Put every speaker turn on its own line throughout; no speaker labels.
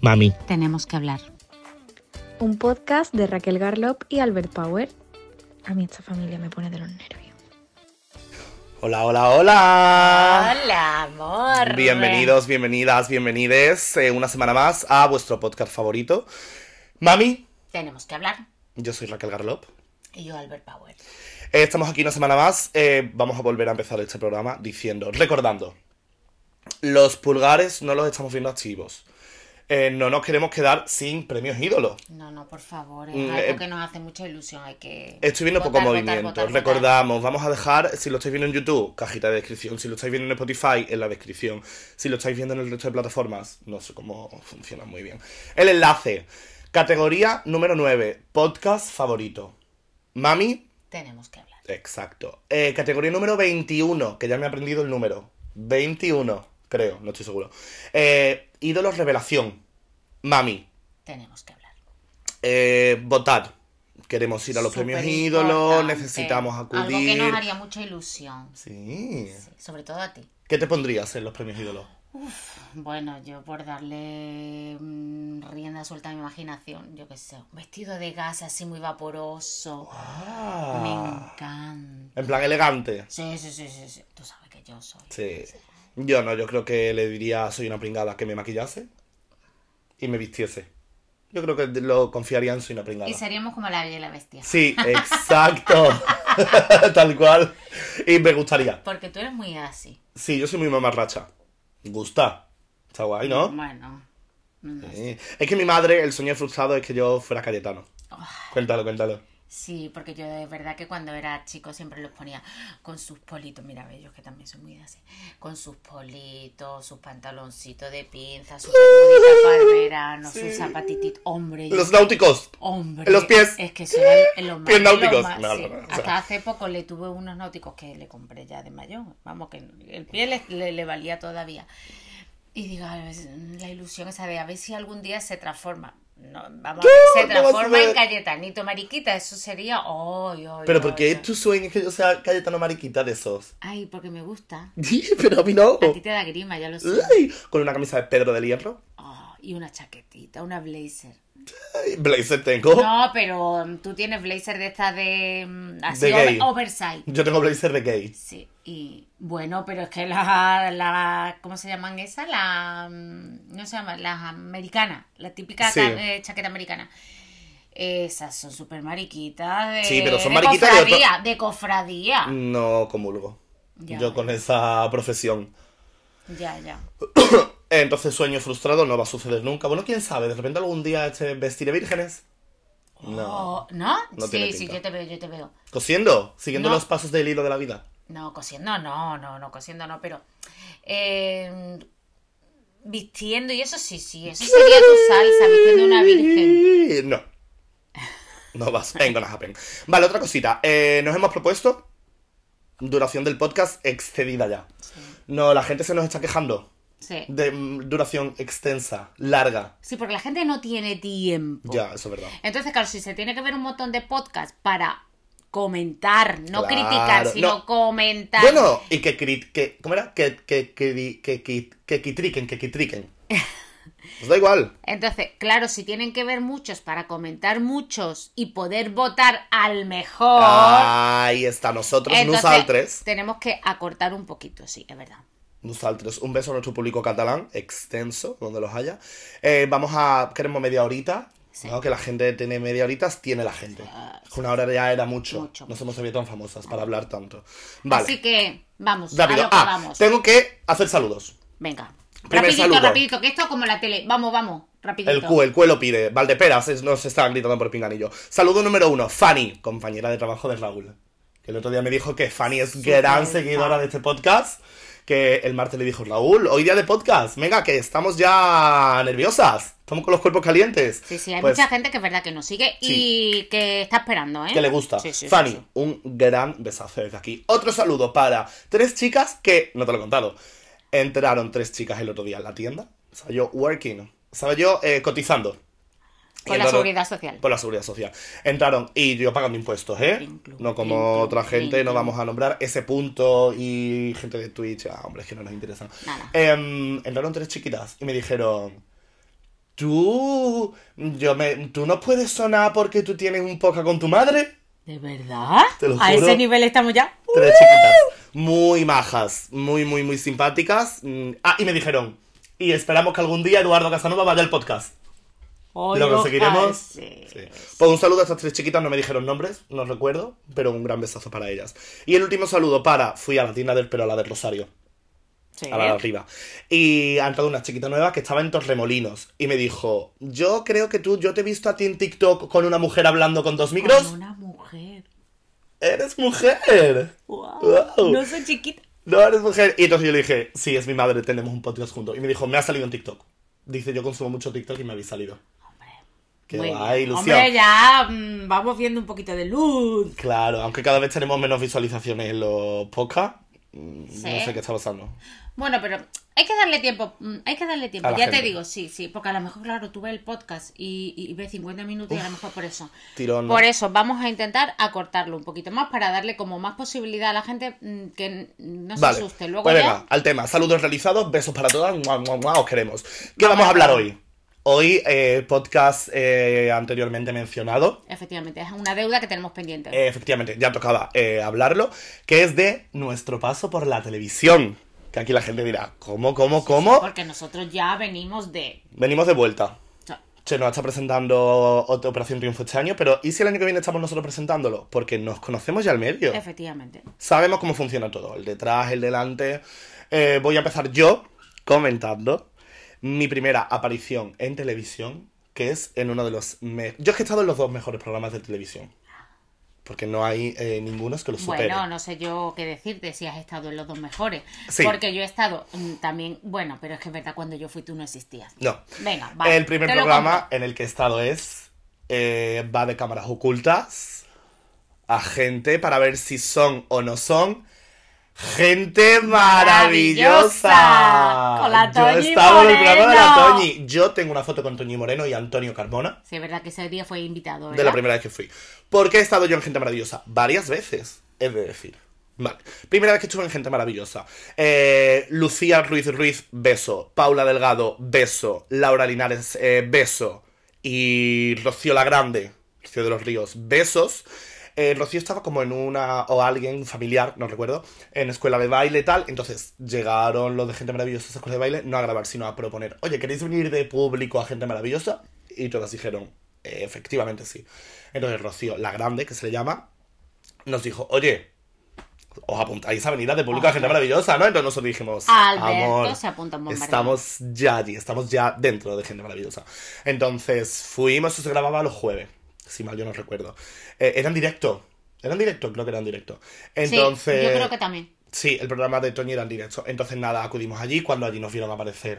Mami,
Tenemos que hablar.
Un podcast de Raquel Garlop y Albert Power. A mí esta familia me pone de los nervios.
Hola, hola, hola.
Hola, amor.
Bienvenidos, bienvenidas, bienvenides eh, una semana más a vuestro podcast favorito. Mami,
Tenemos que hablar.
yo soy Raquel Garlop.
Y yo, Albert Power.
Eh, estamos aquí una semana más. eh, vamos a volver a empezar este programa diciendo, recordando, los pulgares no los estamos viendo activos. Eh, no nos queremos quedar sin premios ídolos.
No, no, por favor. Es
Mm,
algo
eh,
que nos hace mucha ilusión. Hay que.
Estoy viendo
votar,
poco
votar,
movimiento.
votar, votar.
Recordamos, vamos a dejar, si lo estáis viendo en YouTube, cajita de descripción. Si lo estáis viendo en Spotify, en la descripción. Si lo estáis viendo en el resto de plataformas, no sé cómo funciona muy bien. El enlace. Categoría número 9. Podcast favorito. Mami,
Tenemos que hablar.
exacto. Eh, categoría número 21, que ya me he aprendido el número. 21, creo, no estoy seguro. Eh, ídolos revelación. Mami,
Tenemos que hablar.
eh, votar. Queremos ir a los premios ídolos,
Superimportante.
necesitamos acudir.
Algo que nos haría mucha ilusión.
Sí.
Sí, sobre todo a ti.
¿Qué te pondrías en los premios ídolos?
Bueno, yo por darle mm, rienda suelta a mi imaginación, yo qué sé, un vestido de gas así muy vaporoso.
Ah.
Me encanta.
En plan elegante.
Sí, sí, sí, sí, sí. Tú sabes que yo soy.
Sí. Yo no, yo creo que le diría soy una pringada que me maquillase y me vistiese. Yo creo que lo confiaría en soy una pringada.
Y seríamos como la bella y la bestia.
Sí, exacto. Tal cual. Y me gustaría.
Porque tú eres muy así.
Sí, yo soy muy mamarracha. Gusta. Está guay, ¿no?
Bueno. mm,
Sí. Es que mi madre, el sueño frustrado es que yo fuera Cayetano.
Ah.
Cuéntalo, cuéntalo.
Sí, porque yo de verdad que cuando era chico siempre los ponía con sus politos, mira, ellos que también son muy así, con sus politos, sus pantaloncitos de pinza, sus bermuditas para el verano, sus zapatititos, hombre, yo-
Los náuticos.
hombre,
en los pies.
es que son el- los más,
Pies
los
náuticos.
más,
No,
sí.
no, no, o sea.
Hasta hace poco le tuve unos náuticos que le compré ya de mayor, vamos, que el pie le, le- le valía todavía. Y digo, a ver, la ilusión esa de a ver si algún día se transforma. No, vamos, a ver, se
¿Qué vas a
transforma en
hacer?
Cayetanito Mariquita, eso sería. ¡Ay, ay,
Pero
ay,
porque
ay.
es tu sueño que yo sea Cayetano Mariquita de esos.
Ay, porque me gusta.
pero a mí no.
A ti te da grima, ya lo sé.
Ay, Con una camisa de Pedro del Hierro.
Ah, y una chaquetita, una blazer.
Ay, Blazer tengo.
No, pero mm, tú tienes blazer de esta de. mm, Así,
De
over-
gay.
oversize.
Yo tengo blazer de gay.
Sí, y bueno, pero es que las, la, ¿cómo se llaman esas? La, mm, no se llaman, las americanas, la típica
Sí.
ca- eh, chaqueta americana. Esas son súper mariquitas de,
Sí, pero son
de
mariquitas de Mm. otro-
cofradía, de cofradía.
No comulgo.
Ah. Ya.
Yo con esa profesión.
Ya, ya.
Entonces sueño frustrado no va a suceder nunca. Bueno, quién sabe, de repente algún día este vestiré vírgenes. No.
Oh, ¿No?
No
sí,
tiene
sí,
pinta.
yo te veo, yo te veo.
Cosiendo, siguiendo
No.
los pasos del hilo de la vida.
No, cosiendo no, no, no, cosiendo no, pero eh, vistiendo y eso sí, sí, eso sería tu salsa, vistiendo una virgen.
Y- No. No vas. Ain't gonna happen. Vale, otra cosita. Eh, nos hemos propuesto duración del podcast excedida ya. No, la gente se nos está quejando.
Sí.
de mm, duración extensa, larga.
Sí, porque la gente no tiene tiempo.
Ya, eso es verdad.
Entonces, claro, si se tiene que ver un montón de podcasts para comentar, no
Claro,
criticar, sino
no.
comentar.
Bueno, y que, crit- que ¿cómo era? Que, que, que, di- que, que, que quitriquen, que quitriquen. Os da igual.
Entonces, claro, si tienen que ver muchos para comentar muchos y poder votar al mejor.
Ah, Ahí está, nosotros,
Oh. entonces,
nosaltres.
tenemos que acortar un poquito, sí, es verdad.
Nosaltres, un beso a nuestro público catalán, extenso, donde los haya. Eh, vamos a, queremos media horita.
Sí. Ah,
¿no? Que la gente tiene media horita, tiene la gente. Una hora ya era mucho.
Mucho,
Nos hemos hecho tan famosas para hablar tanto. Vale.
Así que vamos,
rápido.
a lo que
Ah,
vamos.
tengo que hacer saludos.
Venga.
Primer
rapidito,
saludo.
rapidito, que esto es como la tele. Vamos, vamos, rapidito.
El Q, el Q lo pide. Valdeperas es- nos está gritando por pinganillo. Saludo número uno, Fanny, compañera de trabajo de Raúl. Que el otro día me dijo que Fanny es
Súper
gran
fan.
seguidora de este podcast. Que el martes le dijo, Raúl, hoy día de podcast. Venga, que estamos ya nerviosas. Estamos con los cuerpos calientes.
Sí, sí, hay
Pues,
mucha gente que es verdad que nos sigue y que está esperando, ¿eh?
Que le gusta.
Sí, sí, sí,
Fanny,
sí.
un gran besazo desde aquí. Otro saludo para tres chicas que, no te lo he contado, entraron tres chicas el otro día en la tienda. Estaba yo working. Estaba yo eh, cotizando.
Con
Y
la
entraron-
seguridad social.
Por la seguridad social. Entraron y yo pagando impuestos, ¿eh?
Inclu-
no como
inclu-
otra gente,
inclu-
no vamos a nombrar ese punto y gente de Twitch. Ah, hombre, es que no nos interesan.
Nada.
Em, entraron tres chiquitas y me dijeron, Tú, yo me, tú no puedes sonar porque tú tienes un poca con tu madre.
¿De verdad?
Te lo
A
juro.
ese nivel estamos ya.
Tres chiquitas muy majas, muy, muy, muy simpáticas. Mm, Ah, y me dijeron, y esperamos que algún día Eduardo Casanova vaya al podcast. ¿Lo
Oigo,
conseguiremos?
casi.
Sí. Pues un saludo a estas tres chiquitas, no me dijeron nombres, no recuerdo, pero un gran besazo para ellas. Y el último saludo para, fui a la tienda del, pero a la del Rosario.
Sí.
a la de arriba. Y ha entrado una chiquita nueva que estaba en Torremolinos y me dijo, yo creo que tú, yo te he visto a ti en TikTok con una mujer hablando con dos micros.
Con una mujer.
¡Eres mujer!
Wow.
Wow.
No soy chiquita.
No, eres mujer. Y entonces yo le dije, sí, es mi madre, tenemos un podcast juntos. Y me dijo, me ha salido en TikTok. Dice, yo consumo mucho TikTok y me habéis salido.
Hombre.
Qué
muy
guay,
bien.
ilusión.
Hombre, ya mm, vamos viendo un poquito de luz.
Claro, aunque cada vez tenemos menos visualizaciones en los podcasts, mm, no
Sí.
sé qué está pasando.
Bueno, pero hay que darle tiempo, mm, hay que darle tiempo.
A la
Ya te
gente.
digo, sí, sí, porque a lo mejor, claro, tú ves el podcast y, y- y ves 50 minutos y a lo mejor por eso.
Tirón.
Por eso vamos a intentar acortarlo un poquito más para darle como más posibilidad a la gente mm, que mm, no se
Vale,
asuste. Luego
pues
ya-
venga, al tema. Saludos realizados, besos para todas, mua, mua, mua, os queremos. ¿Qué vamos a hablar hoy? Hoy, eh, podcast eh, anteriormente mencionado,
Efectivamente, es una deuda que tenemos pendiente.
eh, efectivamente, ya tocaba eh, hablarlo, que es de nuestro paso por la televisión. Que aquí la gente dirá, ¿cómo, cómo, cómo?
Porque nosotros ya venimos de...
Venimos de vuelta.
o sea,
Se nos está presentando otra Operación Triunfo este año, pero ¿y si el año que viene estamos nosotros presentándolo? Porque nos conocemos ya el medio.
Efectivamente.
sabemos cómo funciona todo, el detrás, el delante. Eh, voy a empezar yo comentando mi primera aparición en televisión, que es en uno de los... me- Yo es que he estado en los dos mejores programas de televisión, porque no hay eh, ninguno que lo supere.
Bueno, no sé yo qué decirte si has estado en los dos mejores.
Sí.
Porque yo he estado mm, también... Bueno, pero es que es verdad, cuando yo fui tú no existías.
No.
Venga, vale.
el primer
te lo
programa
compro.
en el que he estado es... eh, va de cámaras ocultas a gente para ver si son o no son... Gente maravillosa.
Maravillosa. Con la
Yo
Toñi
estaba en el programa de la
Moreno.
Toñi. Yo tengo una foto con Toñi Moreno y Antonio Carmona
Sí, es verdad que ese día fue invitado.
de la
¿verdad?
primera vez que fui. ¿Por qué he estado yo en Gente Maravillosa? Varias veces, es de decir. Vale. Primera vez que estuve en Gente Maravillosa. Eh, Lucía Ruiz Ruiz, beso. Paula Delgado, beso. Laura Linares, eh, beso. Y Rocío La Grande, Rocío de los Ríos, besos. Eh, Rocío estaba como en una, o alguien familiar, no recuerdo, en escuela de baile y tal. Entonces llegaron los de Gente Maravillosa a esa escuela de baile, no a grabar, sino a proponer, oye, ¿queréis venir de público a Gente Maravillosa? Y todas dijeron, eh, efectivamente sí. Entonces Rocío, la grande, que se le llama, nos dijo, oye, os apuntáis a venir a de público a Gente Maravillosa, ¿no? Entonces nosotros dijimos,
Alberto
amor,
se apunta a un bombardeo.
estamos ya allí, estamos ya dentro de Gente Maravillosa. Entonces fuimos, eso se grababa los jueves, si mal yo no recuerdo. Eh, era en directo, era en directo, creo que era en directo.
Sí,
Entonces,
yo creo que también.
Sí, el programa de Toñi era en directo. Entonces, nada, acudimos allí cuando allí nos vieron aparecer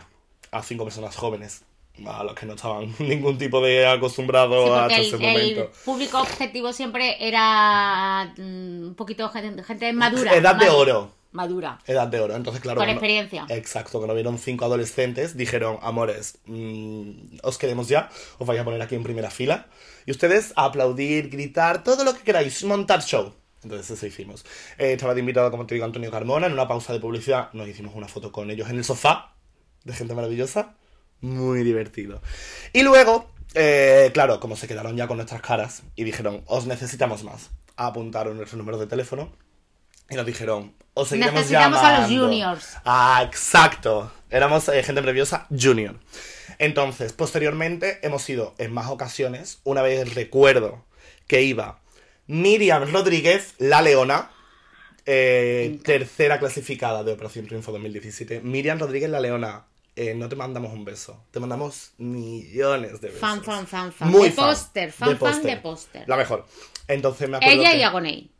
a cinco personas jóvenes, a los que no estaban ningún tipo de acostumbrado
Sí,
a
porque
ese
el,
momento.
el público objetivo siempre era mm, un poquito gente, gente madura.
Edad de
madu-
oro.
Madura.
Edad de oro. Entonces, claro.
Con
cuando-
experiencia.
Exacto, cuando vieron cinco adolescentes, dijeron, amores, mm, os queremos ya, os vais a poner aquí en primera fila. Y ustedes a aplaudir, gritar, todo lo que queráis, montar show. Entonces eso hicimos. Eh, estaba de invitado, como te digo, Antonio Carmona. En una pausa de publicidad nos hicimos una foto con ellos en el sofá de gente maravillosa. Muy divertido. Y luego, eh, claro, como se quedaron ya con nuestras caras y dijeron, os necesitamos más. Apuntaron nuestros números de teléfono y nos dijeron, os seguiremos
Necesitamos a los
llamando".
juniors.
Ah, exacto. Éramos eh, gente maravillosa junior. Entonces, posteriormente hemos ido en más ocasiones. Una vez recuerdo que iba Miriam Rodríguez, la leona, eh, tercera clasificada de Operación Triunfo 2017. Miriam Rodríguez, la leona, eh, no te mandamos un beso, te mandamos millones de besos.
Fan, fan, fan, fan.
Muy
de póster, fan, fan de póster.
La mejor. Entonces me acuerdo
Ella
Ah, que-
y Agoney.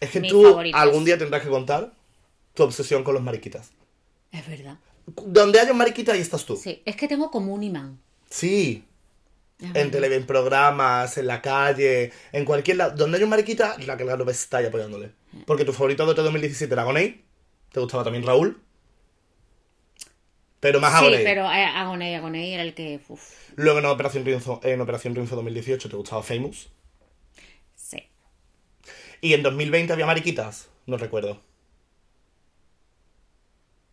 Es que
mis
tú
favoritas.
algún día tendrás que contar tu obsesión con los mariquitas.
Es verdad.
Donde haya un mariquita, ahí estás tú.
Sí, es que tengo como un imán.
Sí,
Es
en
verdad.
tele, en programas, en la calle, en cualquier lado. Donde hay un mariquita, la que lo ves está ahí apoyándole. Porque tu favorito de todo 2017 era Agoney. Te gustaba también Raúl. Pero más
Sí,
Agoney.
pero eh, Agoney, Agoney era el que. uf,
Luego en Operación, Triunfo, en Operación Triunfo 2018 te gustaba Famous.
sí.
Y en 2020 había mariquitas. No recuerdo.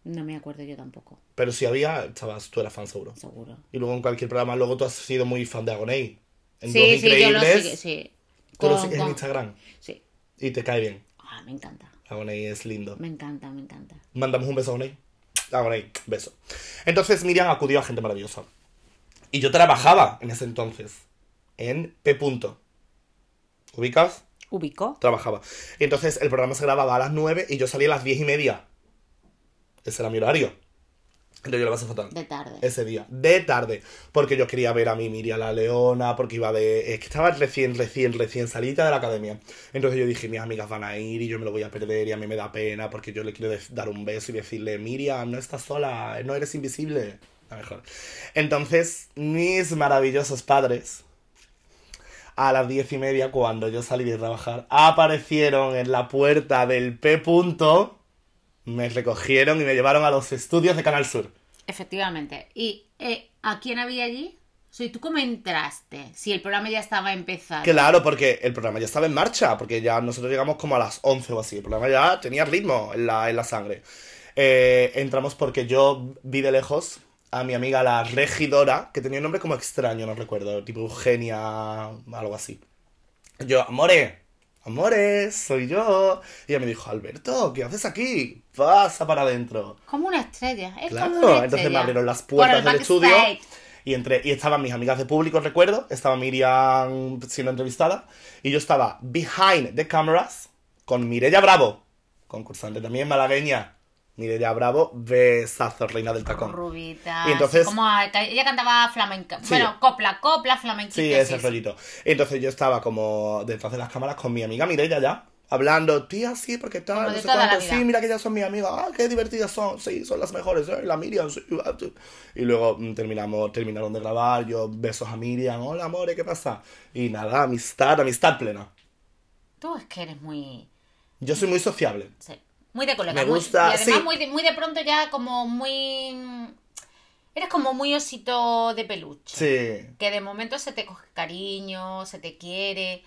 No me acuerdo yo tampoco,
Pero si había, estabas, tú eras fan seguro.
seguro.
Y luego en cualquier programa, luego tú has sido muy fan de Agoney. En Los
Sí, sí, yo lo
Increíbles,
sigo, sí.
tú lo
Con-
sigues en
con-
Instagram
Sí.
y te cae bien.
Ah, me encanta,
Agoney es lindo.
me encanta, me encanta.
Mandamos un beso a Agoney. Agoney, beso. Entonces Miriam acudió a gente maravillosa. Y yo trabajaba en ese entonces en P. Punto. ¿Ubicas?
¿Ubicó?
Trabajaba. Y entonces el programa se grababa a las 9 y yo salía a las 10 y media. Ese era mi horario. Entonces yo lo pasé fatal.
De tarde.
ese día, de tarde, porque yo quería ver a mi Miria la Leona, porque iba de... Es que estaba recién, recién, recién salida de la academia. Entonces yo dije, mis amigas van a ir y yo me lo voy a perder y a mí me da pena porque yo le quiero de- dar un beso y decirle, Miriam, no estás sola, no eres invisible. La mejor. Entonces, mis maravillosos padres, a las diez y media, cuando yo salí de trabajar, aparecieron en la puerta del P. Punto, me recogieron y me llevaron a los estudios de Canal Sur.
Efectivamente. ¿Y eh, a quién había allí? O sea, ¿y ¿tú cómo entraste? Si el programa ya estaba empezado.
Claro, porque el programa ya estaba en marcha, porque ya nosotros llegamos como a las 11 o así. El programa ya tenía ritmo en la, en la sangre. Eh, entramos porque yo vi de lejos a mi amiga la regidora, que tenía un nombre como extraño, no recuerdo, tipo Eugenia, algo así. Yo, amore, amores, soy yo. Y ella me dijo, Alberto, ¿qué haces aquí? Pasa para adentro.
Como una estrella. Es como una
Claro,
estrella.
entonces me abrieron las
Por el
puertas del estudio
backstage.
y entre y estaban mis amigas de público, recuerdo, estaba Miriam siendo entrevistada y yo estaba behind the cameras con Mirella Bravo, concursante también malagueña. Mirella Bravo, besazo, reina del tacón.
Rubita.
Y entonces-
así como a- que ella cantaba flamenca.
Sí.
Bueno, copla, copla, flamenquita.
Sí,
sí,
ese
sí.
rollito. Entonces yo estaba como detrás de las cámaras con mi amiga Mirella ya, hablando, tía, sí, porque tal,
Como
no
de
sé
toda la
cuánto,
vida.
sí, mira que ya son mis amigas, ah, qué divertidas son, sí, son las mejores, eh, la Miriam, sí, ah, sí. Y luego mm, terminamos, terminaron de grabar, yo besos a Miriam, hola amores, ¿qué pasa? Y nada, amistad, amistad plena.
Tú es que eres muy.
Yo soy muy sociable.
sí, muy de colega.
Me
muy-
gusta,
y además,
sí.
muy, de, muy de pronto ya como muy. mm, Eres como muy osito de peluche.
Sí.
Que de momento se te coge cariño, se te quiere.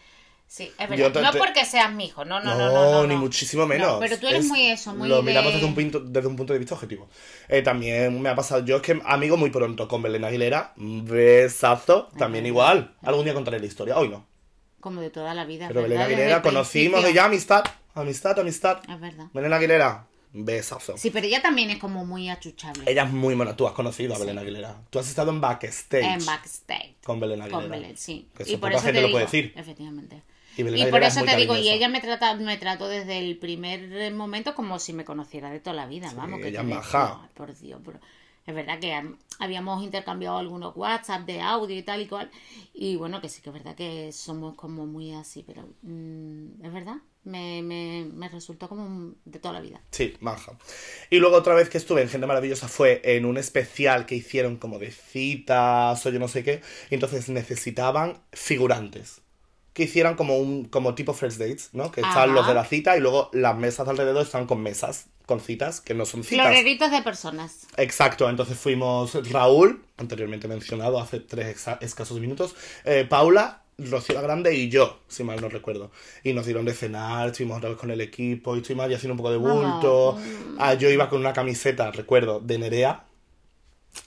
Sí, es
Yo
verdad.
te-
No
te-
porque seas mi hijo, no, no,
No,
no. No, no,
ni
no.
muchísimo menos.
No, pero tú eres
Es-
muy eso, muy
Lo
de-
miramos desde un, punto, desde un punto de vista objetivo. Eh, también me ha pasado, yo es que amigo muy pronto con Belén Aguilera, un besazo, también
Ajá.
igual. Algún día contaré la historia, hoy no.
Como de toda la vida.
Pero
¿verdad?
Belén
Desde
Aguilera,
el
conocimos y
principio.
ya amistad, amistad, amistad.
Es verdad.
Belén Aguilera, besazo.
Sí, pero ella también es como muy achuchable.
Ella es muy mona, tú has conocido a Belén Aguilera. Tú has estado en backstage
En backstage.
con Belén Aguilera.
Con Belén, sí.
Que
y
eso
por
poca
eso
gente
te
lo
digo,
puede decir.
Efectivamente.
Y Belén
Y
Aguilera
por
es
eso te
muy
digo, y
cariñosa.
ella me trata, me trató desde el primer momento como si me conociera de toda la vida, vamos. que
ella es
yo le-
maja.
Ay, por Dios, pero es verdad que am- habíamos intercambiado algunos WhatsApp de audio y tal y cual. Y bueno, que sí que es verdad que somos como muy así, pero mm, es verdad, me, me, me resultó como un- de toda la vida.
Sí, manja. Y luego otra vez que estuve en Gente Maravillosa fue en un especial que hicieron como de citas o yo no sé qué. Y entonces necesitaban figurantes. Que hicieran como un como tipo first dates, ¿no? Que
Ajá.
están los de la cita y luego las mesas de alrededor están con mesas, con citas, que no son citas.
Floreritos de personas.
Exacto, entonces fuimos Raúl, anteriormente mencionado, hace tres exa- escasos minutos, eh, Paula, Rocío la Grande y yo, si mal no recuerdo. Y nos dieron de cenar, estuvimos otra vez con el equipo, y estuvimos allí haciendo un poco de bulto. Ah, yo iba con una camiseta, recuerdo, de Nerea,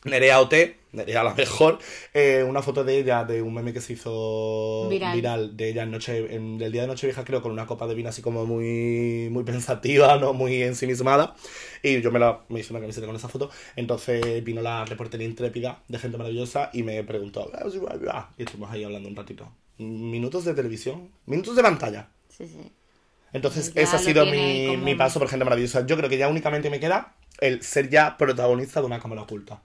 Nerea OT, Nerea la mejor, eh, una foto de ella, de un meme que se hizo
Viral.
viral, de ella en noche, en el día de Nochevieja creo, con una copa de vino así como muy, muy pensativa, no muy ensimismada, y yo me, la, me hice una camiseta con esa foto, entonces vino la reportera intrépida de Gente Maravillosa y me preguntó, "Ah, y estuvimos ahí hablando un ratito, minutos de televisión, minutos de pantalla,
Sí, sí.
entonces,
Ya
ese ha
lo
sido
tiene
mi,
como-
mi paso por Gente Maravillosa. Yo creo que ya únicamente me queda el ser ya protagonista de una cámara oculta.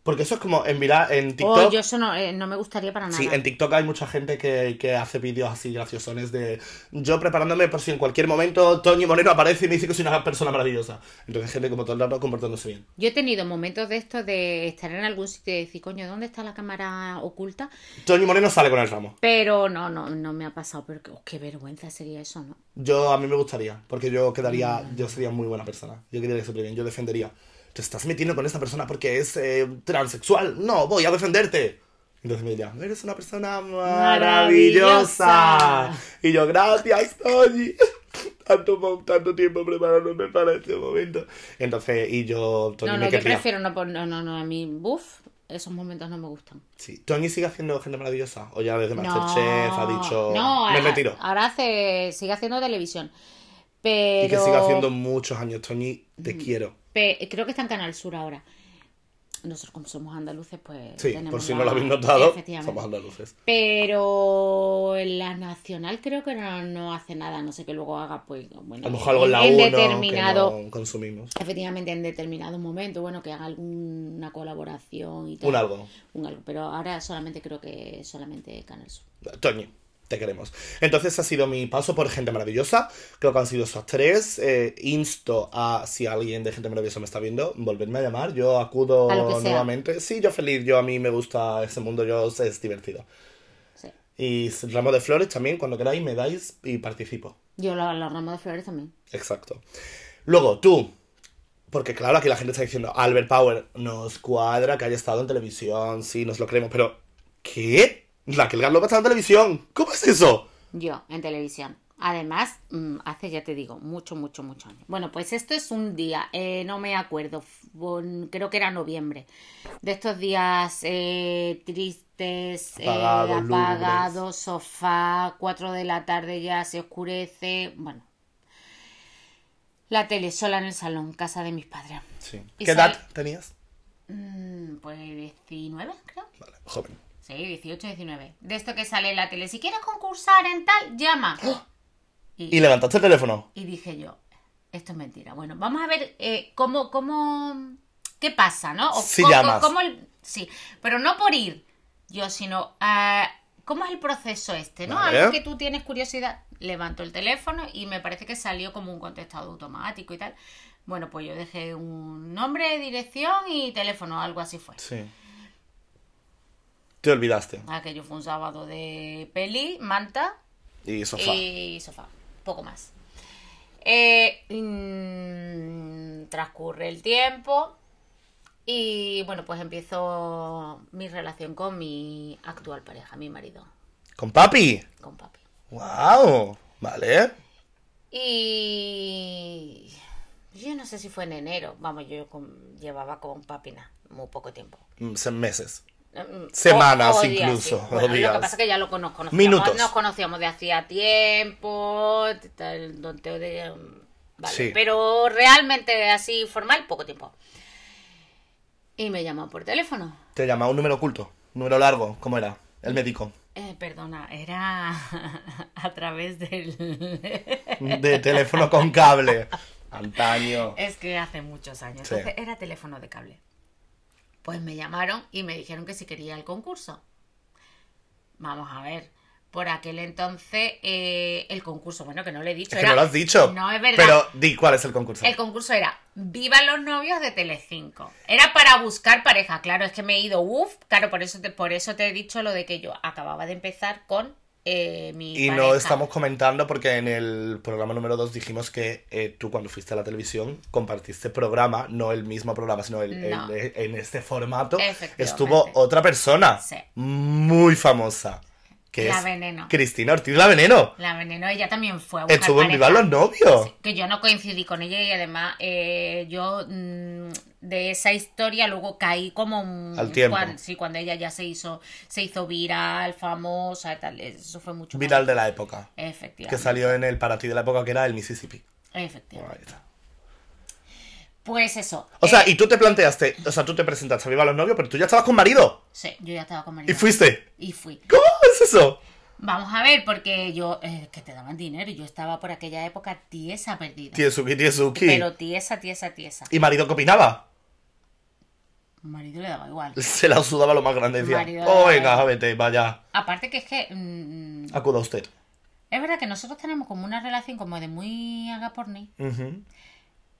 Porque eso es como en, vira- en
Oh,
TikTok.
yo eso no, eh, no me gustaría para nada.
Sí, en TikTok hay mucha gente que, que hace vídeos así graciosones de yo preparándome por si en cualquier momento Toño Moreno aparece y me dice que soy una persona maravillosa. Entonces, gente como todo el rato comportándose bien.
Yo he tenido momentos de estos de estar en algún sitio y decir, coño, ¿dónde está la cámara oculta?
Toño Moreno sale con el ramo.
Pero no, no, no me ha pasado, pero qué, oh, qué vergüenza sería eso, ¿no?
Yo, a mí me gustaría, porque yo quedaría, yo sería muy buena persona. Yo quedaría súper bien, yo defendería. Te estás metiendo con esta persona porque es eh, transexual. No, voy a defenderte. Entonces me diría, eres una persona maravillosa.
Maravillosa.
Y yo, gracias, Toñi. han tomado tanto tiempo preparándome para este momento. Entonces, y yo, Tony,
No,
me
no, yo
querría.
prefiero no poner. No, no, no, a mí, buf, esos momentos no me gustan.
Sí. ¿Tony sigue haciendo gente maravillosa? O ya desde
No,
Masterchef ha dicho.
No,
me
ahora,
retiro.
ahora hace, sigue haciendo televisión. Pero. Mm.
Y que siga haciendo muchos años, Tony, te quiero.
pe- creo que está en Canal Sur ahora. Nosotros, como somos andaluces, pues.
Sí,
tenemos
por si
la-
no lo habéis notado,
Efectivamente.
somos andaluces.
Pero en la nacional creo que no, no hace nada, no sé qué luego haga, pues bueno,
A lo mejor algo en la
en
1
determinado,
que no consumimos.
efectivamente en determinado momento, bueno, que haga alguna colaboración y tal.
Un algo.
Un algo, pero ahora solamente creo que solamente Canal Sur.
Toñi, te queremos. Entonces ese ha sido mi paso por Gente Maravillosa. Creo que han sido esos tres. Eh, insto a, si alguien de Gente Maravillosa me está viendo, volverme a llamar. Yo acudo
A lo que sea.
nuevamente. Sí, yo feliz. Yo a mí me gusta ese mundo. Yo es divertido.
Sí.
Y ramo de flores también, cuando queráis, me dais y participo.
Yo lo- los ramos de flores también.
Exacto. Luego, tú. Porque claro, aquí la gente está diciendo, Albert Power, nos cuadra que haya estado en televisión, sí, nos lo creemos, pero ¿qué? Raquel Garlopa está en televisión. ¿Cómo es eso?
Yo, en televisión. Además, mm, hace, ya te digo, mucho, mucho, mucho años. Bueno, pues esto es un día, eh, no me acuerdo, f- bon- creo que era noviembre, de estos días eh, tristes, eh,
Apagados, lúgubres.
apagados, sofá, 4 de la tarde ya se oscurece, bueno. La tele sola en el salón, casa de mis padres.
Sí.
¿Y
¿Qué
sabe-
edad tenías?
Mm, pues 19, creo.
Vale, joven.
Sí, 18, 19. De esto que sale en la tele, si quieres concursar en tal, llama.
¡Ah! ¿Y levantaste el teléfono?
Y dije yo, esto es mentira. Bueno, vamos a ver eh, cómo, cómo, qué pasa, ¿no? O
Si
cómo-
llamas.
cómo el- sí, pero no por ir yo, sino ah, cómo es el proceso este, ¿no?
Vale.
Algo que tú tienes curiosidad. Levanto el teléfono y me parece que salió como un contestado automático y tal. Bueno, pues yo dejé un nombre, dirección y teléfono, algo así fue.
Sí. Te olvidaste.
Aquello fue un sábado de peli, manta,
Y sofá.
y Eh, sofá, poco más. Eh, mm, transcurre el tiempo y bueno, pues empiezo mi relación con mi actual pareja, mi marido,
¿Con papi?
con papi.
¡Wow! Vale.
Y yo no sé si fue en enero, vamos, yo con- llevaba con papina muy poco tiempo.
Mm, se- Meses.
Mm,
Semanas
o- o días,
incluso,
sí.
o
Bueno, Lo
días.
que pasa es que ya lo conozco. Nos
Minutos.
Nos conocíamos de hacía tiempo, el tonteo de... mm, Vale,
Sí.
pero realmente así formal, poco tiempo. Y me llamó por teléfono.
Te llamaba un número oculto. Número largo. ¿Cómo era? El médico.
Eh, perdona, era a través del...
De teléfono con cable. Antaño.
es que hace muchos años.
Sí.
Entonces era teléfono de cable. Pues me llamaron y me dijeron que si quería el concurso. Vamos a ver. Por aquel entonces, eh, el concurso, bueno, que no le he dicho.
Es que
era-
no lo has dicho.
No, es verdad.
Pero di cuál es el concurso.
El concurso era Viva los novios de Telecinco. Era para buscar pareja, claro, es que me he ido, uff, claro, por eso te, por eso te he dicho lo de que yo acababa de empezar con eh, mi
Y no
pareja.
estamos comentando porque en el programa número 2 dijimos que eh, tú cuando fuiste a la televisión compartiste programa, no el mismo programa, sino el,
No.
el- en este formato.
Efectivamente.
Estuvo otra persona
Sí.
muy famosa, que
La
es
Veneno.
Cristina Ortiz La Veneno.
La veneno, ella también fue a buscar
Estuvo en
pareja.
Viva los Novios.
que yo no coincidí con ella y además eh, yo mm, de esa historia luego caí como un-
Al tiempo.
cuan- sí, cuando ella ya se hizo se hizo viral, famosa y tal, eso fue mucho
Viral de la época.
más-
Que
Efectivamente.
salió en el para ti de la época que era el Mississippi.
Efectivamente.
Ahí está.
Pues eso.
O sea,
eh,
y tú te planteaste, o sea, tú te presentaste a Viva los Novios, pero tú ya estabas con marido.
sí, yo ya estaba
Y
con marido.
fuiste.
Y fui.
¿Cómo es eso?
Vamos a ver, porque yo, eh, que te daban dinero y yo estaba por aquella época tiesa perdida.
Tiesuki, Tiesuki.
Pero tiesa, tiesa, tiesa.
¿Y marido qué opinaba?
Mi marido le daba igual.
Se la sudaba lo más grande. Decía,
Marido.
oh, venga, vete, vaya,
Aparte que es que mm,
acuda usted.
es verdad que nosotros tenemos como una relación como de muy haga por ni,
Ujú.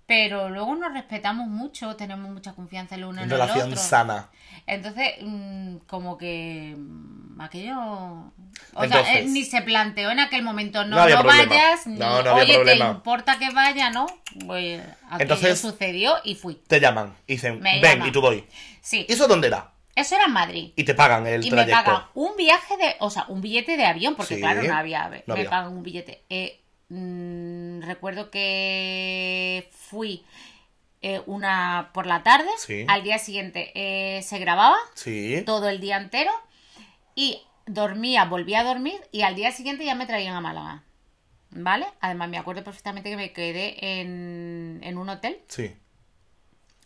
pero luego nos respetamos mucho, tenemos mucha confianza el uno en el
Relación
otro.
sana.
Entonces, mm, como que mm, aquello... O sea,
Entonces.
él ni se planteó en aquel momento, no,
No había
no
problema.
vayas, ni,
No, no había
oye,
problema.
¿te importa que vaya, no? Pues aquello
Entonces-
sucedió y fui.
Te llaman y dicen,
Me
ven,
llaman.
y tú voy.
Sí,
¿Y eso dónde era?
eso era en Madrid.
Y te pagan el
Y me
trayecto.
pagan un viaje de, o sea, un billete de avión, porque
Sí,
claro, no había, ave-
no
me
había.
pagan un billete, eh, mm, recuerdo que fui eh, una por la tarde,
Sí.
al día siguiente eh, se grababa
Sí.
todo el día entero y dormía, volvía a dormir y al día siguiente ya me traían a Málaga. ¿Vale? Además, me acuerdo perfectamente que me quedé en, en un hotel
Sí.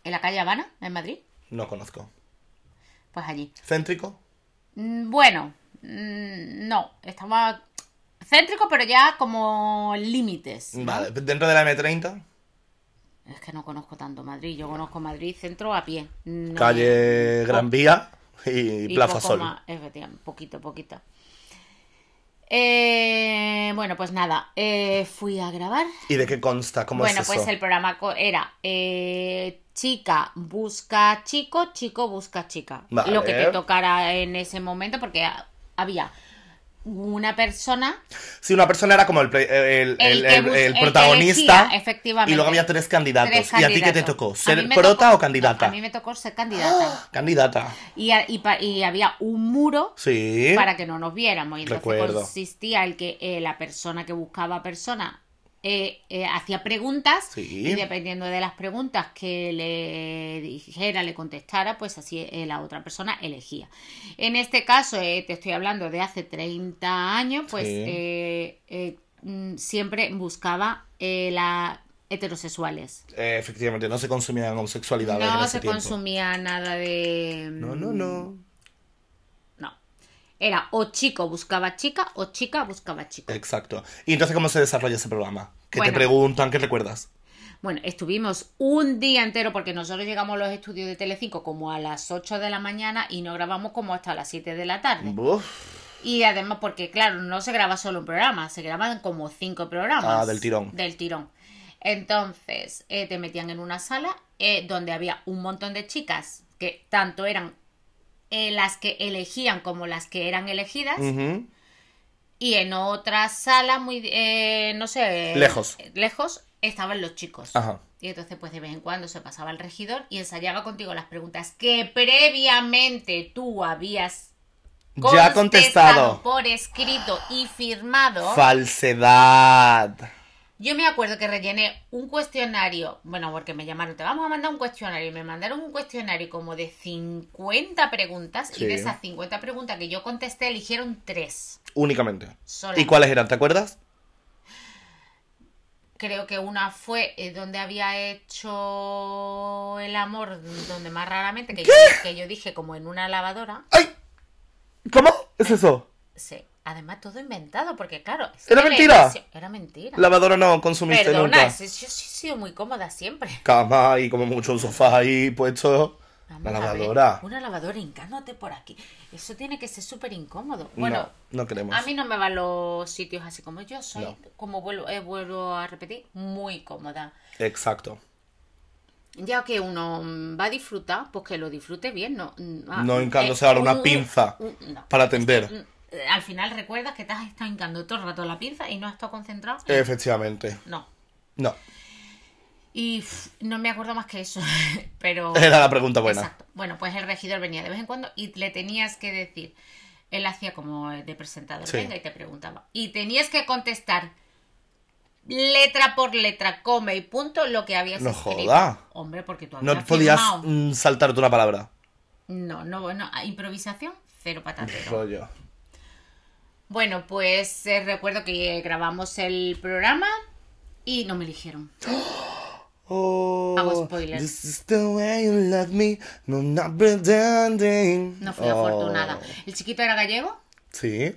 en la calle Habana, en Madrid.
No conozco.
Pues allí.
¿Céntrico?
Mm, Bueno, mm, no, estaba céntrico, pero ya como límites. ¿no?
Vale. ¿Dentro de la M30?
Es que no conozco tanto Madrid, yo conozco Madrid centro a pie. No-
Calle Gran Vía y,
y
Plaza
poco
Sol.
más, efectivamente, poquito, poquito. Eh, bueno, pues nada, eh, fui a grabar.
¿Y de qué consta? ¿Cómo
Bueno,
es eso?
pues el programa co- era eh, chica busca chico, chico busca chica.
Vale.
Lo que te tocara en ese momento, porque ha- había una persona
Si una persona era como el, pre- el- el-
que
el-
bus-
el
el que
protagonista
elegía, efectivamente.
y luego había tres candidatos.
tres
¿Y a ti qué te
candidatos.
tocó?
A
¿Ser
mí me
prota
tocó-
o candidata?
no, a mí me tocó ser candidata.
Candidata.
Y, a- y pa- y había un muro
Sí.
para que no nos viéramos. Y entonces
¿Eh? Recuerdo.
consistía en que eh, la persona que buscaba persona eh, eh, hacía preguntas
Sí.
y dependiendo de las preguntas que le dijera, le contestara, pues así eh, la otra persona elegía. En este caso, eh, te estoy hablando de hace 30 años, pues
Sí.
eh, eh, mm, siempre buscaba eh, la heterosexuales.
Eh, efectivamente, no se consumían homosexualidades en
No
ese
se
tiempo.
consumía nada de...
No, no, no.
No. Era o chico buscaba chica o chica buscaba chico.
Exacto. ¿Y entonces cómo se desarrolla ese programa? ¿Qué
Bueno.
te preguntan? ¿Qué recuerdas?
Bueno, estuvimos un día entero porque nosotros llegamos a los estudios de Telecinco como a las 8 de la mañana y no grabamos como hasta las 7 de la tarde.
Buf.
Y además porque, claro, no se graba solo un programa, se graban como cinco programas.
Ah, del tirón.
Del tirón. Entonces, eh, te metían en una sala eh, donde había un montón de chicas que tanto eran eh, las que elegían como las que eran elegidas.
Ujú.
Y en otra sala muy, eh, no sé,
Lejos.
lejos estaban los chicos.
Ajá.
Y entonces pues de vez en cuando se pasaba al regidor y ensayaba contigo las preguntas que previamente tú habías
Ya contestado.
por escrito y firmado.
Falsedad.
Yo me acuerdo que rellené un cuestionario, bueno, porque me llamaron, te vamos a mandar un cuestionario, y me mandaron un cuestionario como de 50 preguntas, y de
Sí.
esas 50 preguntas que yo contesté, eligieron tres.
Únicamente. ¿Y
solamente.
cuáles eran? ¿Te acuerdas?
Creo que una fue eh, donde había hecho el amor, donde más raramente, que, yo, que yo dije como en una lavadora.
¡Ay! ¿Cómo? ¿Es eso?
Sí. Además, todo inventado, porque claro. es
Era
que la
mentira.
impresión- Era mentira.
Lavadora no consumiste
Perdona,
nunca.
es- yo sí he sido muy cómoda siempre.
Cama y como mucho un sofá ahí puesto.
Vamos
La
a ver,
lavadora.
Una lavadora hincándote por aquí. Eso tiene que ser súper incómodo. Bueno,
no, no queremos.
a mí no me van los sitios así como yo soy,
No.
como vuelvo, eh, vuelvo a repetir, muy cómoda.
Exacto.
Ya que uno mm, va a disfrutar, pues que lo disfrute bien, no. mm, ah,
No
eh,
hincándose ahora una
un-
pinza
un- un- no.
para atender.
Mm, eh, Al final recuerdas que te has estado hincando todo el rato la pinza y no has estado concentrado. en-
Efectivamente.
No.
No.
Y pff, no me acuerdo más que eso, pero.
Era la pregunta buena.
Oh. Exacto. Bueno, pues el regidor venía de vez en cuando y le tenías que decir. Él hacía como eh, de presentador,
Sí.
venga, y te preguntaba. Y tenías que contestar letra por letra, come y punto, lo que habías
No
escrito.
joda.
Hombre, porque tú
No
habías
podías
firmado.
mm, saltarte una palabra.
No, no, bueno, a improvisación, cero patatero.
Rollo.
Bueno, pues eh, recuerdo que eh, grabamos el programa y no me eligieron.
Oh,
Hago spoiler.
This is the way you love me. No, not pretending.
No fui
Oh.
afortunada. El chiquito era gallego,
Sí.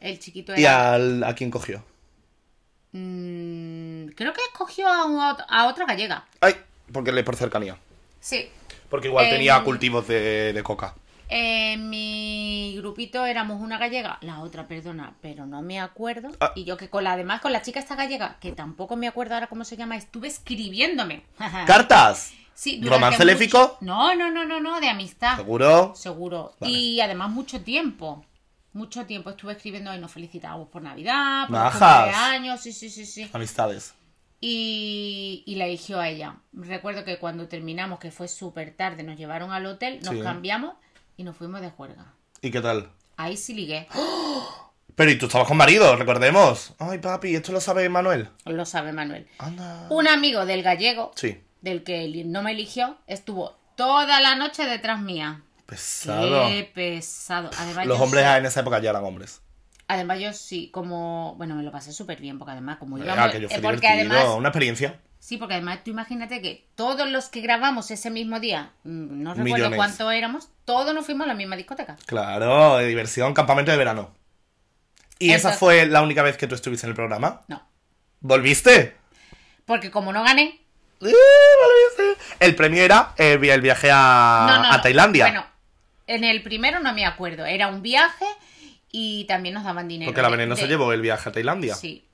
el chiquito
¿Y
era...
al, a quién cogió?
Mm, creo que escogió a, un ot- a otra gallega.
Ay, porque le por cercanía.
Sí.
Porque igual
Eh,
tenía cultivos de, de coca.
En Eh, mi grupito éramos una gallega, la otra, perdona, pero no me acuerdo.
Ah.
Y yo que con la además con la chica esta gallega, que tampoco me acuerdo ahora cómo se llama, estuve escribiééndome.
¡Cartas!
Sí, durante
¿Romance
mucho-
léfico?
No, no, no, no, no, de amistad.
¿Seguro?
Seguro.
Vale.
Y además mucho tiempo. Mucho tiempo estuve escribiendo y nos felicitábamos por Navidad, por
Majas.
años, sí, sí, sí, sí.
Amistades.
Y, y la eligió a ella. Recuerdo que cuando terminamos, que fue súper tarde, nos llevaron al hotel, nos
Sí.
cambiamos y nos fuimos de juerga.
¿Y qué tal?
Ahí sí ligué.
Pero y tú estabas con marido, recordemos. Ay, papi, esto lo sabe Manuel.
Lo sabe Manuel.
Anda.
Un amigo del gallego,
Sí.
del que eli- no me eligió, estuvo toda la noche detrás mía.
Pesado.
Qué pesado. Además,
Los
yo
hombres
sí-
en esa época ya eran hombres.
Además, yo sí, como. Bueno, me lo pasé súper bien, porque además, como iba.
Ah,
muy-
que yo
eh,
fui
porque
divertido,
además.
una experiencia.
Sí, porque además tú imagínate que todos los que grabamos ese mismo día, mm, no recuerdo
Millones.
cuántos éramos, todos nos fuimos a la misma discoteca.
Claro, de diversión, campamento de verano. ¿Y esa
Entonces-
fue la única vez que tú estuviste en el programa?
No.
¿Volviste?
Porque como no gané.
¡Eh, volviste! El premio era eh, el viaje a,
no, no,
a
no.
Tailandia.
Bueno, en el primero no me acuerdo. Era un viaje y también nos daban dinero.
porque la
De-
veneno se
de-
llevó el viaje a Tailandia.
Sí.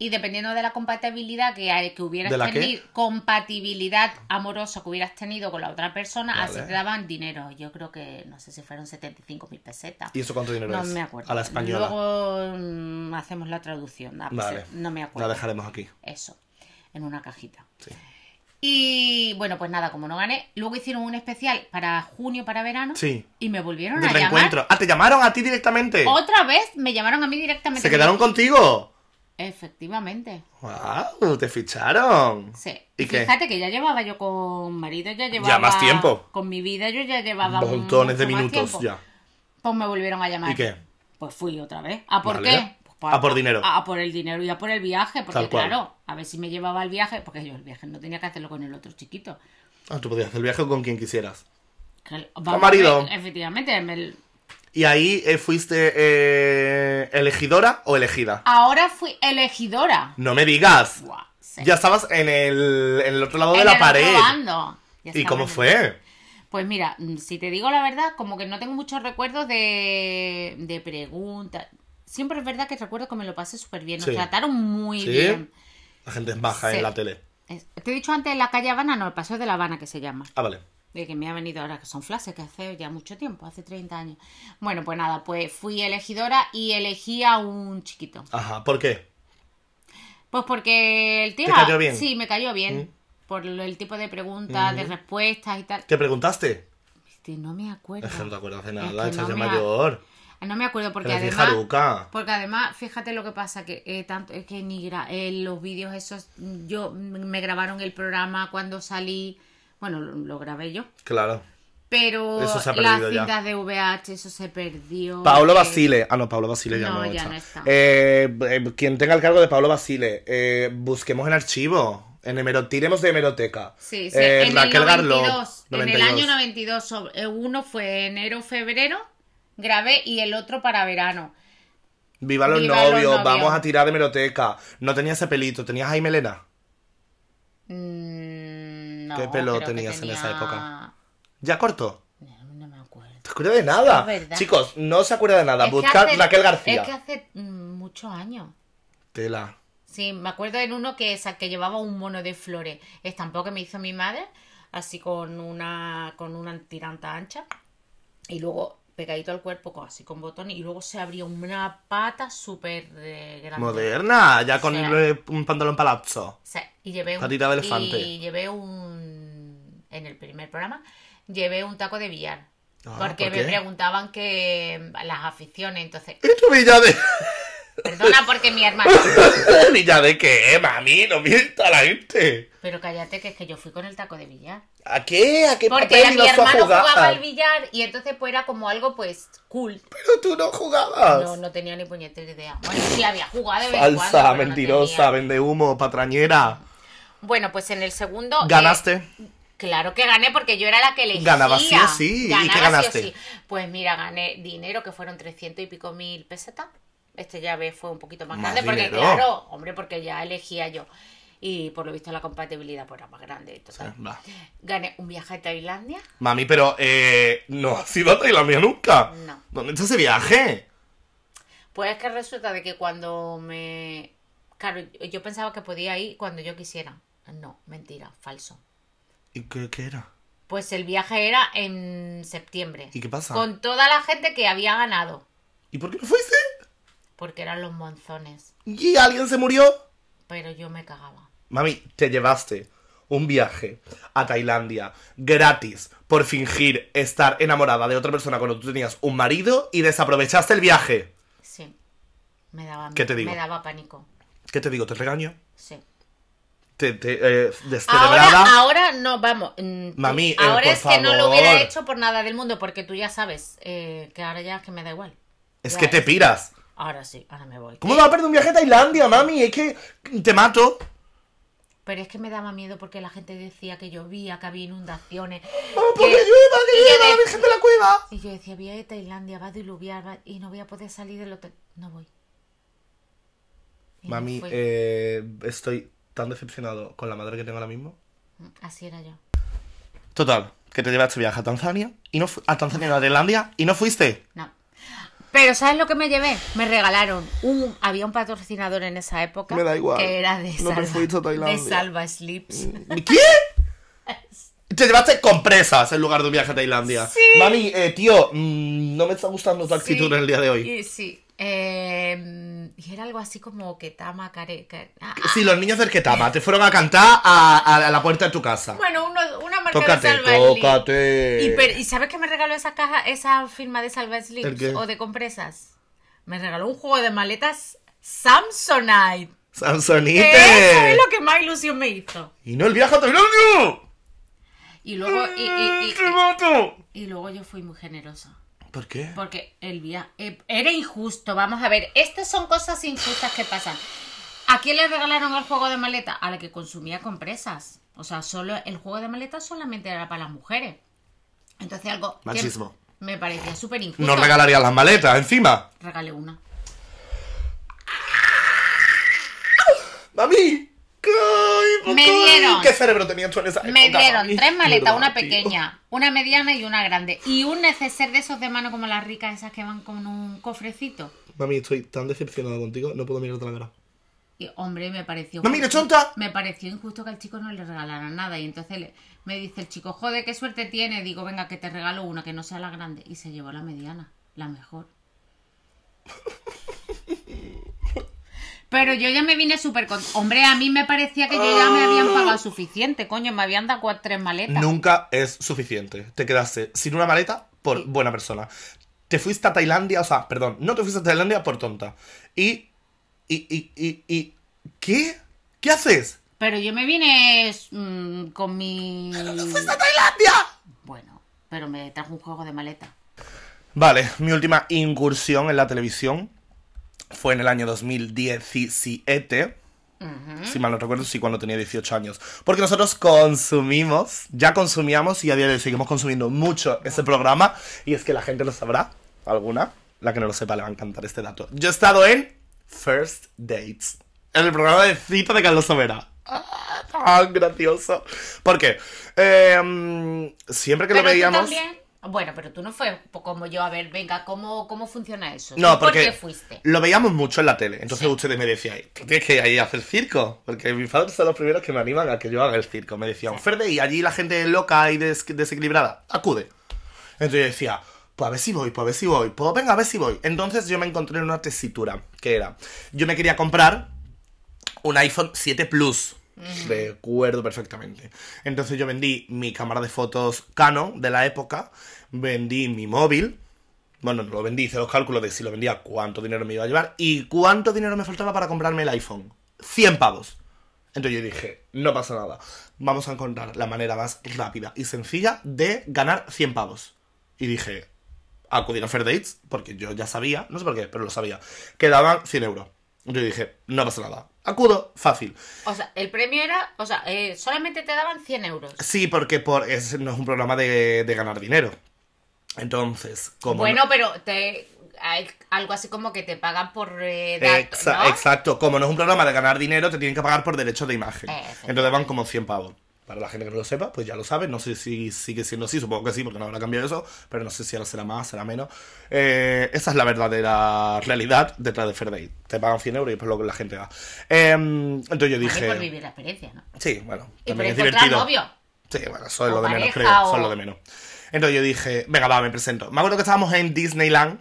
Y dependiendo de la compatibilidad que, hay- que hubieras
¿De la qué?
tenido, compatibilidad amorosa que hubieras tenido con la otra persona,
Vale.
así te daban dinero. Yo creo que, no sé si fueron 75 mil pesetas.
¿Y eso cuánto dinero
No
es?
me acuerdo.
A la española.
Luego mm, hacemos la traducción. Ah, pues,
Vale.
No me
La
acuerdo.
dejaremos aquí.
Eso, en una cajita.
Sí.
Y bueno, pues nada, como no gané, luego hicieron un especial para junio, para verano.
Sí.
Y me volvieron
De
a llamar.
reencuentro. Ah, te llamaron a ti directamente.
Otra vez me llamaron a mí directamente.
Se quedaron contigo.
Efectivamente.
¡Wow! Te ficharon.
Sí.
¿Y qué?
Fíjate que ya llevaba yo con marido, ya llevaba.
más tiempo.
Con mi vida yo ya llevaba.
Montones de
mucho más
minutos
tiempo.
ya.
Pues me volvieron a llamar.
¿Y qué?
Pues fui otra vez. ¿A por
Vale.
qué? Pues pa-
A por dinero.
A, a por el dinero y a por el viaje. Porque
Tal cual.
claro, a ver si me llevaba el viaje. Porque yo el viaje no tenía que hacerlo con el otro chiquito.
Ah, tú podías hacer el viaje con quien quisieras.
Que-
Con marido.
Efectivamente. me-
¿Y ahí eh, fuiste eh, elegidora o elegida?
Ahora fui elegidora.
No me digas.
Buah, sí.
Ya estabas en el, en el otro lado de
En
la
el otro
pared.
bando. Ya
¿Y
estaba
cómo
en el-
fue?
Pues mira, mm, si te digo la verdad, como que no tengo muchos recuerdos de, de preguntas. Siempre es verdad que recuerdo que me lo pasé súper bien. Nos
Sí.
trataron muy
¿Sí?
bien.
La gente es baja
Sí.
en la tele.
Es- Te he dicho antes la calle Habana, no, el Paseo de la Habana que se llama.
Ah, vale.
De que me ha venido ahora, que son flashes que hace ya mucho tiempo, hace 30 años. Bueno, pues nada, pues fui elegidora y elegí a un chiquito.
Ajá, ¿por qué?
Pues porque el tío...
¿Te
era-
cayó bien? Mm.
Sí, me cayó bien. Por lo- el tipo de preguntas, de respuestas y tal.
¿Qué preguntaste?
Este, no me acuerdo.
Es que no te acuerdas de
Es
nada,
que
estás
no
ya
me a-
mayor.
No me acuerdo porque
Eres
además...
jaruca.
Porque además, fíjate lo que pasa, que eh, tanto es que ni gra- eh, los vídeos esos, yo me grabaron el programa cuando salí, bueno, lo, lo grabé yo,
Claro.
pero
Eso se ha
las
perdido ya.
cintas de VH, eso se perdió.
Paolo
eh,
Basile. Ah, no, Paolo Basile ya
No,
no,
ya
está.
no está.
Eh, eh, quien tenga el cargo de Paolo Basile, eh, busquemos en archivo. En hemeroteca. tiremos de hemeroteca.
Sí, sí,
Eh,
en
Raquel
el
Garlo,
92, en el
92.
año 92, sobre- eh, uno fue enero, febrero, grabé y el otro para verano.
Viva los
Viva los
novios,
novios.
vamos a tirar de hemeroteca. No tenía ese pelito, tenías ahí melena.
Mm, no,
¿Qué pelo
creo que
tenías en esa
tenía-
época? ¿Ya corto?
No, no me acuerdo.
¿Te acuerdas de nada?
Es verdad.
Chicos, no se acuerda de nada.
Es que
Buscar
hace-
Raquel García.
Es que hace mm, muchos años.
Tela.
Sí, me acuerdo en uno que, sa- que llevaba un mono de flores. Estampado que me hizo mi madre, así con una, con una tiranta ancha. Y luego pegadito al cuerpo, con- así con botones. Y luego se abría una pata súper eh, grande.
Moderna, ya con
Sí.
eh, un pantalón palazzo.
O sea, y llevé un,
Patita de elefante.
Y llevé un. En el primer programa, llevé un taco de billar.
Ah,
porque
¿por
me
qué?
preguntaban que las aficiones. Entonces,
¿Y tu villa de...
perdona porque mi hermano.
¿Villa de qué, mami? No mienta a la gente.
Pero cállate, que es que yo fui con el taco de billar.
¿A qué? ¿A qué
Porque
papel
era mi
ibas tú a
hermano
jugar?
jugaba al billar y entonces pues era como algo pues cool.
Pero tú no jugabas.
No, no tenía ni puñetera idea. Bueno, sí había jugado de vez en
Falsa,
cuando, pero no
mentirosa,
tenía.
vende humo, patrañera.
Bueno, pues en el segundo...
¿Ganaste?
eh, claro que gané porque yo era la que elegía.
Ganabas sí o sí. ¿Y
Ganaba
qué
sí o
ganaste?
sí. Pues mira, gané dinero que fueron 300 y pico mil pesetas. Este ya ves fue un poquito más,
Más
grande porque
dinero.
claro, hombre, porque ya elegía yo. Y por lo visto la compatibilidad pues era más grande. Total.
Ah, Va.
Gané un viaje a Tailandia.
Mami, pero eh, no has ido a Tailandia nunca.
No.
¿Dónde está ese viaje?
Pues es que resulta de que cuando me... Claro, yo pensaba que podía ir cuando yo quisiera. No, mentira, falso.
¿Y qué, qué era?
Pues el viaje era en septiembre.
¿Y qué pasa?
Con toda la gente que había ganado.
¿Y por qué no fuiste?
Porque eran los monzones.
¿Y alguien se murió?
Pero yo me cagaba.
Mami, te llevaste un viaje a Tailandia gratis por fingir estar enamorada de otra persona cuando tú tenías un marido y desaprovechaste el viaje.
Sí. Me daba,
¿Qué te digo?
Me daba pánico.
¿Qué te digo? ¿Te regaño?
Sí.
¿Te, te, eh,
Ahora,
descerebrada?
ahora no, vamos. mm,
Mami, eh,
ahora
por
es que no lo hubiera
favor.
hecho por nada del mundo, porque tú ya sabes eh, que ahora ya es que me da igual.
Es
Ya
que te piras.
Ahora sí, ahora me voy.
¿Cómo vas a perder un viaje a Tailandia, mami? Es que te mato.
Pero es que me daba miedo porque la gente decía que llovía, que había inundaciones.
¡Vamos, porque llueva,
que-
que
y yo
llueva, la
de-
Virgen de la Cueva!
Y yo decía, voy a ir a Tailandia, va a diluviar va- y no voy a poder salir del hotel. No voy. Y me
Mami,
fui.
eh, estoy tan decepcionado con la madre que tengo ahora mismo.
Así era yo.
Total, que te llevaste viaje a Tanzania y no fu- a Tanzania, no, a Tailandia y no fuiste.
No. Pero ¿sabes lo que me llevé? Me regalaron un... Había un patrocinador en esa época.
Me da igual.
Que era de
No te
Salva,
fuiste a Tailandia. Mm.
De Salva Slips.
¿Qué? Te llevaste compresas en lugar de un viaje a Tailandia. Mami, eh, tío, mm, no me está gustando tu actitud
Sí,
en el día de hoy.
Y, sí. Eh, y era algo así como que tama, care... care- ah, ah.
Si los niños del Ketama te fueron a cantar a, a- a la puerta de tu casa.
Bueno, uno- una marca de
Tócate,
Salva Slips.
tócate.
Y, per- ¿y sabes qué me regaló esa caja, esa firma de Salva
¿El qué?
Slips o de compresas? Me regaló un juego de maletas Samsonite. Que Eso es
Samsonite.
lo que más ilusión me hizo.
Y no el viaje a Tailandia.
Y luego, y, y- y-
¡Te mato!
y luego yo fui muy generosa.
¿Por qué?
Porque el viaje era injusto. Vamos a ver, estas son cosas injustas que pasan. ¿A quién le regalaron el juego de maleta? A la que consumía compresas. O sea, solo el juego de maleta solamente era para las mujeres. Entonces algo que
Machismo.
me parecía súper injusto.
No regalaría las maletas encima.
Regalé una.
¡Mami! ¡Ay, por
Me
favor!
dieron-
¿Qué cerebro tenías tú en esa
Me
época,
dieron
mami?
tres maletas,
Verdad,
una
tío.
pequeña, una mediana y una grande. Y un neceser de esos de mano como las ricas, esas que van con un cofrecito.
Mami, estoy tan decepcionado contigo, no puedo mirarte la cara.
Y, hombre, me pareció.
¡Mami, qué chonta!
Me pareció injusto que al chico no le regalara nada. Y entonces le- me dice el chico, joder, qué suerte tiene. Digo, venga, que te regalo una que no sea la grande. Y se llevó la mediana, la mejor. Pero yo ya me vine súper con... Hombre, a mí me parecía que yo ya me
Ah.
habían pagado suficiente, coño. Me habían dado cuatro, tres maletas.
Nunca es suficiente. Te quedaste sin una maleta por buena persona. Te fuiste a Tailandia, o sea, perdón, no te fuiste a Tailandia por tonta. Y. Y. Y. Y. y- ¿Qué? ¿Qué haces?
Pero yo me vine mm, con mi...
¡Fuiste a Tailandia!
Bueno, pero me trajo un juego de maleta.
Vale, mi última incursión en la televisión fue en el año 2017. Si mal no recuerdo, sí, cuando tenía 18 años. Porque nosotros consumimos, ya consumíamos y a día de hoy seguimos consumiendo mucho ese programa. Y es que la gente lo sabrá, alguna, la que no lo sepa le va a encantar este dato. Yo he estado en First Dates, en el programa de cita de Carlos Sobera. ¡Ah, tan gracioso! Porque siempre que lo
pero
veíamos...
Tú también... Bueno, pero tú no fue como yo, a ver, venga, ¿cómo, cómo funciona eso?
No,
¿Tú
porque
¿Por qué fuiste?
lo veíamos mucho en la tele. Entonces ustedes me decían, "Tú tienes que ir ahí a hacer circo. Porque mis padres son los primeros que me animan a que yo haga el circo. Me decían, Ferde, y allí la gente es loca y des- desequilibrada, acude. Entonces yo decía, pues a ver si voy, pues a ver si voy, pues venga, a ver si voy. Entonces yo me encontré en una tesitura, que era, yo me quería comprar un iPhone 7 Plus. Recuerdo perfectamente. Entonces yo vendí mi cámara de fotos Canon de la época, vendí mi móvil, bueno, no lo vendí, hice los cálculos de si lo vendía, cuánto dinero me iba a llevar y cuánto dinero me faltaba para comprarme el iPhone. 100 pavos. Entonces yo dije, no pasa nada, vamos a encontrar la manera más rápida y sencilla de ganar 100 pavos. Y dije, acudir a Fair Dates, porque yo ya sabía, no sé por qué, pero lo sabía, que daban 100 euros. Yo dije, no pasa nada, acudo, fácil.
O sea, el premio era, o sea, eh, solamente te daban 100 euros.
Sí, porque por, es, no es un programa de, de ganar dinero. Entonces, como...
bueno, pero te hay algo así como que te pagan por eh, datos,
Exa-
¿no?
Exacto, como no es un programa de ganar dinero, te tienen que pagar por derechos de imagen.
Efectivamente.
Entonces van como 100 pavos. Para la gente que no lo sepa, pues ya lo sabe. No sé si sigue siendo así, supongo que sí, porque no habrá cambiado eso, pero no sé si ahora será más, será menos. Eh, esa es la verdadera realidad detrás de Fair Day. Te pagan 100 euros y por lo que la gente va. entonces yo
Vale, por
dije.
vivir la experiencia, ¿no?
Sí, bueno.
Y por
también es
encontrar
divertido.
novio.
Sí, bueno, eso es
O
lo de menos,
pareja,
creo. Eso
o-
es lo de menos. Entonces yo dije, venga, va, me presento. Me acuerdo que estábamos en Disneyland,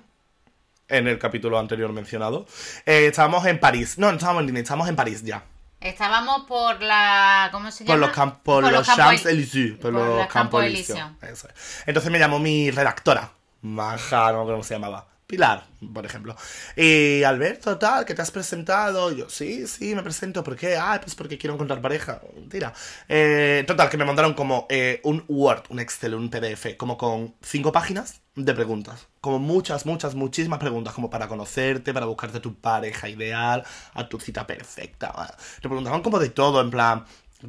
en el capítulo anterior mencionado. Eh, estábamos en París. No, no estábamos en Disney, estábamos en París ya.
Estábamos por la, ¿cómo se
Por
llama?
los, campos por los,
Campos
Champs
Elí-
Élysées, por,
por
los
los
Campos
Campos
Elíseos.
Elíseos.
Eso es. Entonces me llamó mi redactora, Maja, no me acuerdo cómo se llamaba. Pilar, por ejemplo. Y Alberto, tal, que te has presentado. Y yo, sí, sí, me presento. ¿Por qué? Ah, pues porque quiero encontrar pareja. Mentira. Eh, total, que me mandaron como eh, un Word, un Excel, un PDF, como con cinco páginas de preguntas. Como muchas, muchas, muchísimas preguntas. Como para conocerte, para buscarte tu pareja ideal, a tu cita perfecta. Te preguntaban como de todo, en plan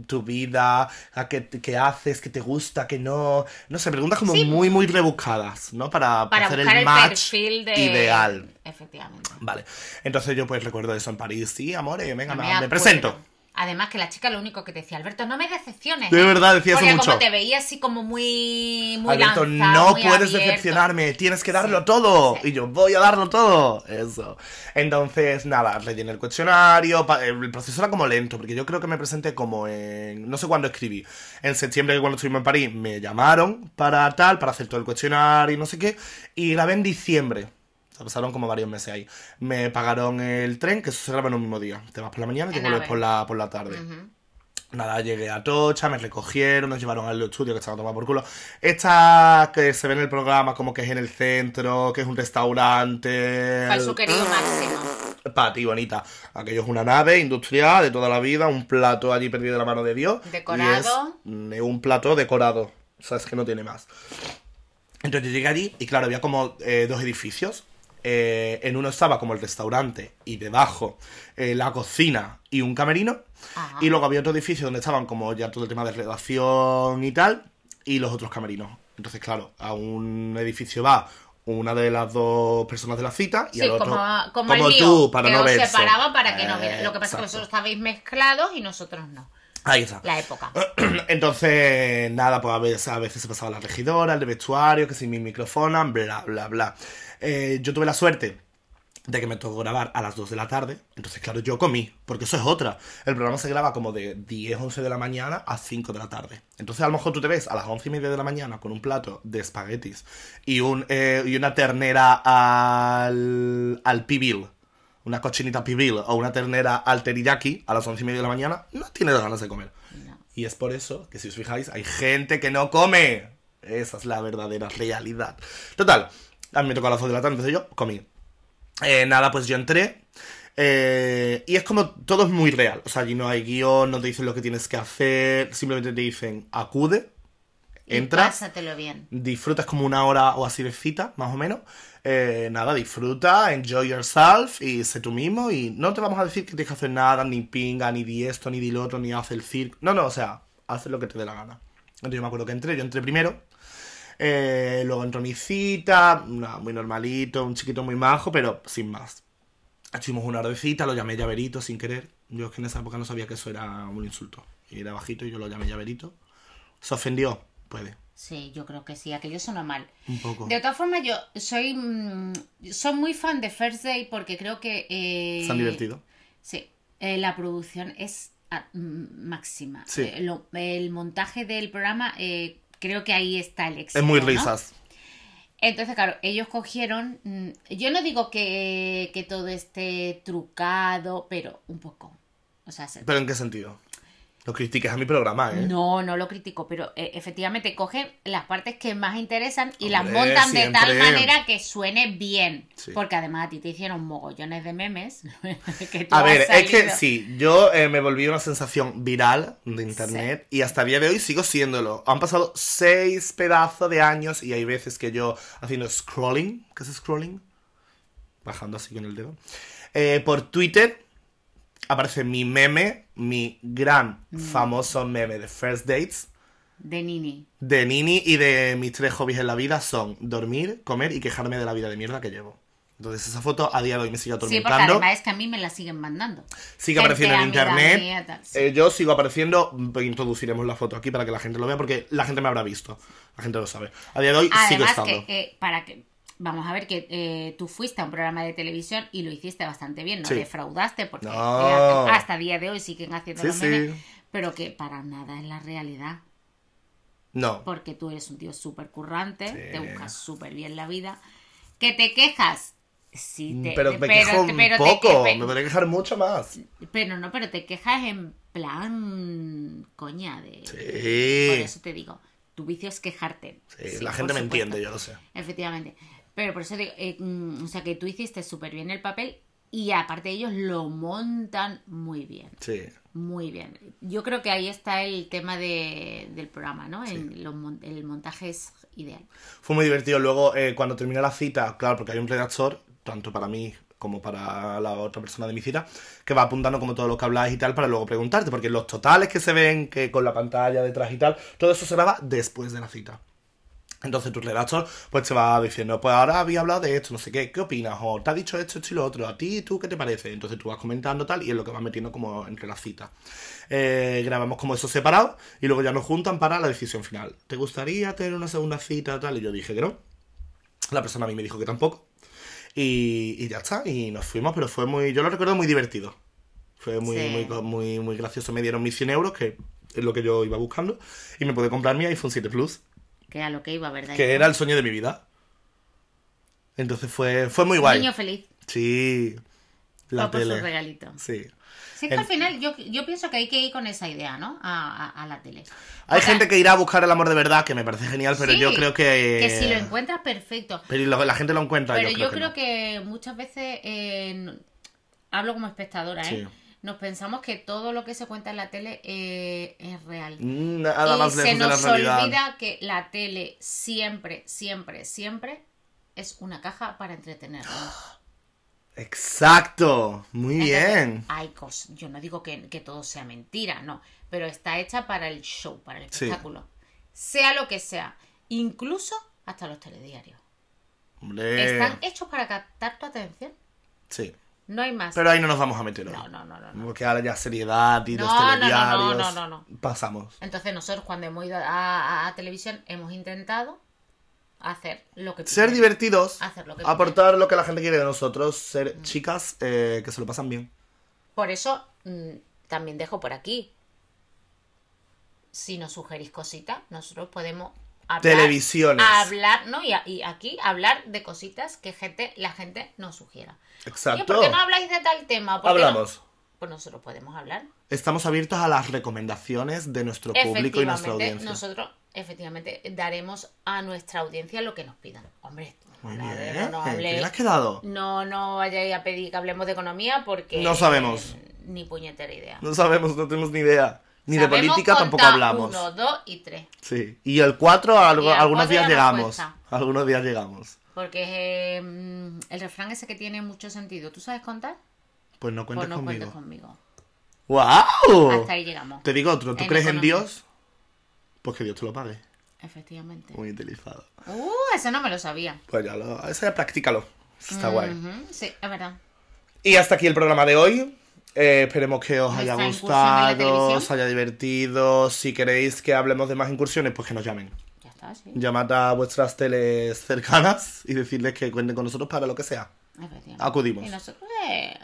tu vida, a qué, qué haces, qué te gusta, qué no. No sé, preguntas como
Sí.
muy, muy rebuscadas, ¿no? Para,
Para
hacer
buscar
el
el
match
perfil de-
ideal.
Efectivamente.
Vale. Entonces yo pues recuerdo eso en París. Sí, amores, venga,
No
me, me
acuerdo.
presento.
Además que la chica lo único que te decía, Alberto, no me decepciones.
De verdad, decía eso
Porque
mucho.
como eh, te veía así como muy... muy
Alberto,
lanzado,
no
muy
puedes
abierto.
decepcionarme, tienes que darlo
Sí,
todo.
sí.
Y yo voy a darlo todo. Eso. Entonces, nada, rellené el cuestionario. pa- El proceso era como lento, porque yo creo que me presenté como en. No sé cuándo escribí. En septiembre, que cuando estuvimos en París, me llamaron para tal, para hacer todo el cuestionario y no sé qué. Y grabé en diciembre. O sea, pasaron como varios meses ahí. Me pagaron el tren, que eso se graba en un mismo día. Te vas por la mañana y te
En
vuelves
AVE.
por la, por la tarde.
Ujú.
Nada, llegué a Tocha, me recogieron, nos llevaron al estudio que estaba tomado por culo. Esta que se ve en el programa como que es en el centro, que es un restaurante.
Falso querido
Ah.
máximo.
Para ti, bonita. Aquello es una nave industrial de toda la vida, un plato allí perdido de la mano de Dios. y
Decorado.
es, mm, es un plato decorado. O sea, es que no tiene más. Entonces yo llegué allí y claro, había como eh, dos edificios. Eh, en uno estaba como el restaurante y debajo eh, la cocina y un camerino.
Ajá.
Y luego había otro edificio donde estaban como ya todo el tema de redacción y tal, y los otros camerinos. Entonces, claro, a un edificio va una de las dos personas de la cita y
Sí,
al otro
como, como el lío,
tú, para
que
no
os
verse.
separaba para que no
Eh,
viera. Lo que pasa es
exacto.
que vosotros estabais mezclados y nosotros no.
Ahí está.
La época.
Eh, Entonces, nada, pues a veces, a veces se pasaba la regidora, el de vestuario, que si mi micrófono, bla, bla, bla. Eh, yo tuve la suerte de que me tocó grabar a las 2 de la tarde, entonces, claro, yo comí, porque eso es otra. El programa se graba como de 10, 11 de la mañana a 5 de la tarde. Entonces, a lo mejor tú te ves a las 11 y media de la mañana con un plato de espaguetis y, un, eh, y una ternera al, al pibil. Una cochinita pibil o una ternera al teriyaki a las 11 y media de la mañana, no tienes ganas de comer.
No.
Y es por eso que si os fijáis, hay gente que no come. Esa es la verdadera realidad. Total, a mí me tocó a las 2 de la tarde, entonces yo comí. Eh, nada, pues yo entré. eh, y es como todo es muy real. O sea, allí no hay guión, no te dicen lo que tienes que hacer, simplemente te dicen acude,
Y
entra
Pásatelo bien.
disfrutas como una hora o así de cita, más o menos. Eh, nada, disfruta, enjoy yourself y sé tú mismo. Y no te vamos a decir que tienes que hacer nada, ni pinga, ni di esto, ni di lo otro, ni haz el circo. No, no, o sea, haz lo que te dé la gana. Entonces yo me acuerdo que entré, yo entré primero. eh, luego entró mi cita, nada, muy normalito, un chiquito muy majo, pero sin más. Estuvimos una hora de cita, lo llamé llaverito sin querer. Yo es que en esa época no sabía que eso era un insulto. Y era bajito y yo lo llamé llaverito. ¿Se ofendió? Puede,
Sí, yo creo que sí. Aquello sonó mal.
un poco.
De otra forma, yo soy, mm, soy muy fan de First Day porque creo que... eh,
Están divertido.
Sí, eh, la producción es ah, mm, máxima.
Sí.
Eh, lo- el montaje del programa, eh, creo que ahí está el éxito.
Es muy
¿no?
risas.
Entonces, claro, ellos cogieron, mm, yo no digo que, que todo esté trucado, pero un poco. O sea, se-
¿Pero en qué sentido? Lo critiques a mi programa, ¿eh?
no, no lo critico, pero eh, efectivamente cogen las partes que más interesan y las
Hombre,
montan de tal
siempre.
manera que suene bien.
Sí.
Porque además a ti te hicieron mogollones de memes. que tú
A
has
ver, es que
salido.
sí, yo eh, me volví una sensación viral de internet y hasta el día de hoy sigo siéndolo. Han pasado seis pedazos de años y hay veces que yo haciendo scrolling, ¿qué es scrolling? Bajando así con el dedo. eh, por Twitter aparece mi meme, mi gran
Mm.
famoso meme de First Dates,
De Nini.
de Nini y de mis tres hobbies en la vida son dormir, comer y quejarme de la vida de mierda que llevo. Entonces esa foto a día de hoy Pues me sigue
Sí, porque
atormentando.
además es que a mí me la siguen mandando.
sigue
gente,
apareciendo en
amiga
internet.
mía, tal, sí.
Eh, yo sigo apareciendo, pues, introduciremos la foto aquí para que la gente lo vea porque la gente me habrá visto. La gente lo sabe. A día de hoy sigo
Además
estando.
que, eh, para que, vamos a ver que eh, tú fuiste a un programa de televisión y lo hiciste bastante bien, no
Sí.
defraudaste porque
No.
eh, hasta día de hoy siguen haciendo
Sí,
los memes,
sí.
pero que para nada es la realidad,
No.
porque tú eres un tío súper currante,
Sí.
te buscas súper bien la vida, que te quejas, sí, te,
Mm, pero me quejo un
pero te
poco.
que-
me podría quejar mucho más.
pero no, pero te quejas en plan coña de... Por
Sí.
eso te digo, tu vicio es quejarte.
Sí,
Sí,
la
por
gente me
supuesto.
entiende, yo lo sé.
Efectivamente. Pero por eso digo, eh, mm, o sea, que tú hiciste súper bien el papel y aparte ellos lo montan muy bien.
Sí.
Muy bien. Yo creo que ahí está el tema de, del programa, ¿no? En los mon- el montaje es ideal.
Fue muy divertido. Luego, eh, cuando terminé la cita, claro, porque hay un plan de actor, tanto para mí como para la otra persona de mi cita, que va apuntando como todo lo que habláis y tal para luego preguntarte, porque los totales que se ven que con la pantalla detrás y tal, todo eso se graba después de la cita. Entonces tu redactor pues te va diciendo, pues ahora había hablado de esto, no sé qué, ¿qué opinas? O te ha dicho esto, esto y lo otro, a ti, ¿tú qué te parece? Entonces tú vas comentando tal y es lo que vas metiendo como entre las citas. Eh, grabamos como eso separado y luego ya nos juntan para la decisión final. ¿Te gustaría tener una segunda cita tal? Y yo dije que no. La persona a mí me dijo que tampoco. Y, y ya está, y nos fuimos, pero fue muy, yo lo recuerdo muy divertido. Fue muy,
Sí.
muy, co- muy, muy gracioso. Me dieron mis 100 euros, que es lo que yo iba buscando, y me pude comprar mi iPhone 7 Plus
Que era lo que iba, ¿verdad?
que era el sueño de mi vida. Entonces fue, fue muy guay.
Niño feliz.
Sí. La
va por
tele.
su regalito.
Sí.
Sí, es que
El-
al final yo, yo pienso que hay que ir con esa idea, ¿no? A, a- a la tele.
Hay
O sea,
gente que irá a buscar el amor de verdad, que me parece genial, pero
sí,
yo creo que.
Que si lo encuentras, perfecto.
Pero lo- la gente lo encuentra.
Pero
yo creo, que, Eh, no.
que muchas veces, eh, n- hablo como espectadora, ¿eh?
Sí.
Nos pensamos que todo lo que se cuenta en la tele eh, es real.
Nada
y
más
se
lejos de la
nos
realidad.
olvida que la tele siempre, siempre, siempre es una caja para
Ah,
entretenernos.
Exacto. Muy bien.
Hay cosas, yo no digo que, que todo sea mentira, no, pero está hecha para el show, para el
Sí.
espectáculo. Sea lo que sea, incluso hasta los telediarios.
Hombre.
Están hechos para captar tu atención.
Sí.
No hay más.
Pero ahí no nos vamos a meter hoy.
No, no, no, no, no.
Porque ahora ya seriedad y los
No, no, no, no,
telediarios.
no, no, no.
Pasamos.
Entonces nosotros cuando hemos ido a, a- a televisión hemos intentado hacer lo que
Ser
piden.
divertidos,
Hacer lo que Mm.
aportar lo que la gente quiere de nosotros, ser chicas eh, que se lo pasan bien.
Por eso mm, también dejo por aquí. Si nos sugerís cositas, nosotros podemos hablar,
Televisiones.
hablar, ¿no? Y, a- y aquí hablar de cositas que gente, la gente nos sugiera. Oye,
Exacto.
¿Por qué no habláis de tal tema? ¿Por qué
Hablamos.
no? Pues nosotros podemos hablar.
Estamos abiertos a las recomendaciones de nuestro público y nuestra
Efectivamente,
audiencia.
nosotros efectivamente daremos a nuestra audiencia lo que nos pidan. Hombre,
Muy
la
bien.
de-
¿eh?
no,
¿Qué
habléis-
bien has quedado?
no, no vayáis a pedir que hablemos de economía porque
No sabemos.
eh, ni puñetera idea.
No sabemos, no tenemos ni idea. Ni de
Sabemos
política tampoco
contar
hablamos.
Uno, dos y tres.
Sí. Y el 4,
Y al
algunos
cuatro
días
ya nos
llegamos.
cuesta.
Algunos días llegamos.
Porque eh, mm, el refrán ese que tiene mucho sentido. ¿Tú sabes contar?
Pues no cuentes
pues no
conmigo.
cuentes conmigo.
¡Wow!
Hasta ahí Eh, llegamos.
Oh. Te digo otro. ¿Tú
En
crees
economía.
en Dios? Pues que Dios te lo pague.
Efectivamente.
Muy utilizado.
Uh, ese no me lo sabía.
Pues ya lo. Ese practícalo.
Mm.
Está guay.
Ujú, Sí, es verdad.
Y hasta aquí el programa de hoy. Eh, esperemos que os haya
Nuestra incursión en la
gustado, os
televisión.
haya divertido. Si queréis que hablemos de más incursiones, pues que nos llamen.
Ya está, sí.
Llamad a vuestras teles cercanas y decirles que cuenten con nosotros para lo que sea.
Efectivamente.
Acudimos.
Y nosotros, eh,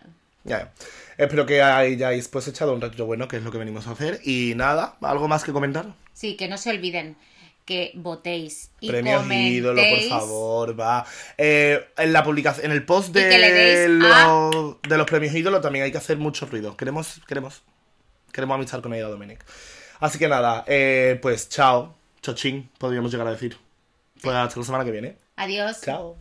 Ya, ya. Espero que hayáis pues echado un ratito bueno, que es lo que venimos a hacer. Y nada, ¿algo más que comentar?
Sí, que no se olviden que votéis y
Premios
comentéis
ídolo, por favor, va. Eh, en la publicación, en el post
Y que le
de,
deis
los, de los premios ídolo también hay que hacer mucho ruido. Queremos, queremos, queremos amistad con Aida Dominic. Así que nada, eh, pues chao, chochín, podríamos llegar a decir. Pues hasta la semana que viene.
Adiós.
Chao.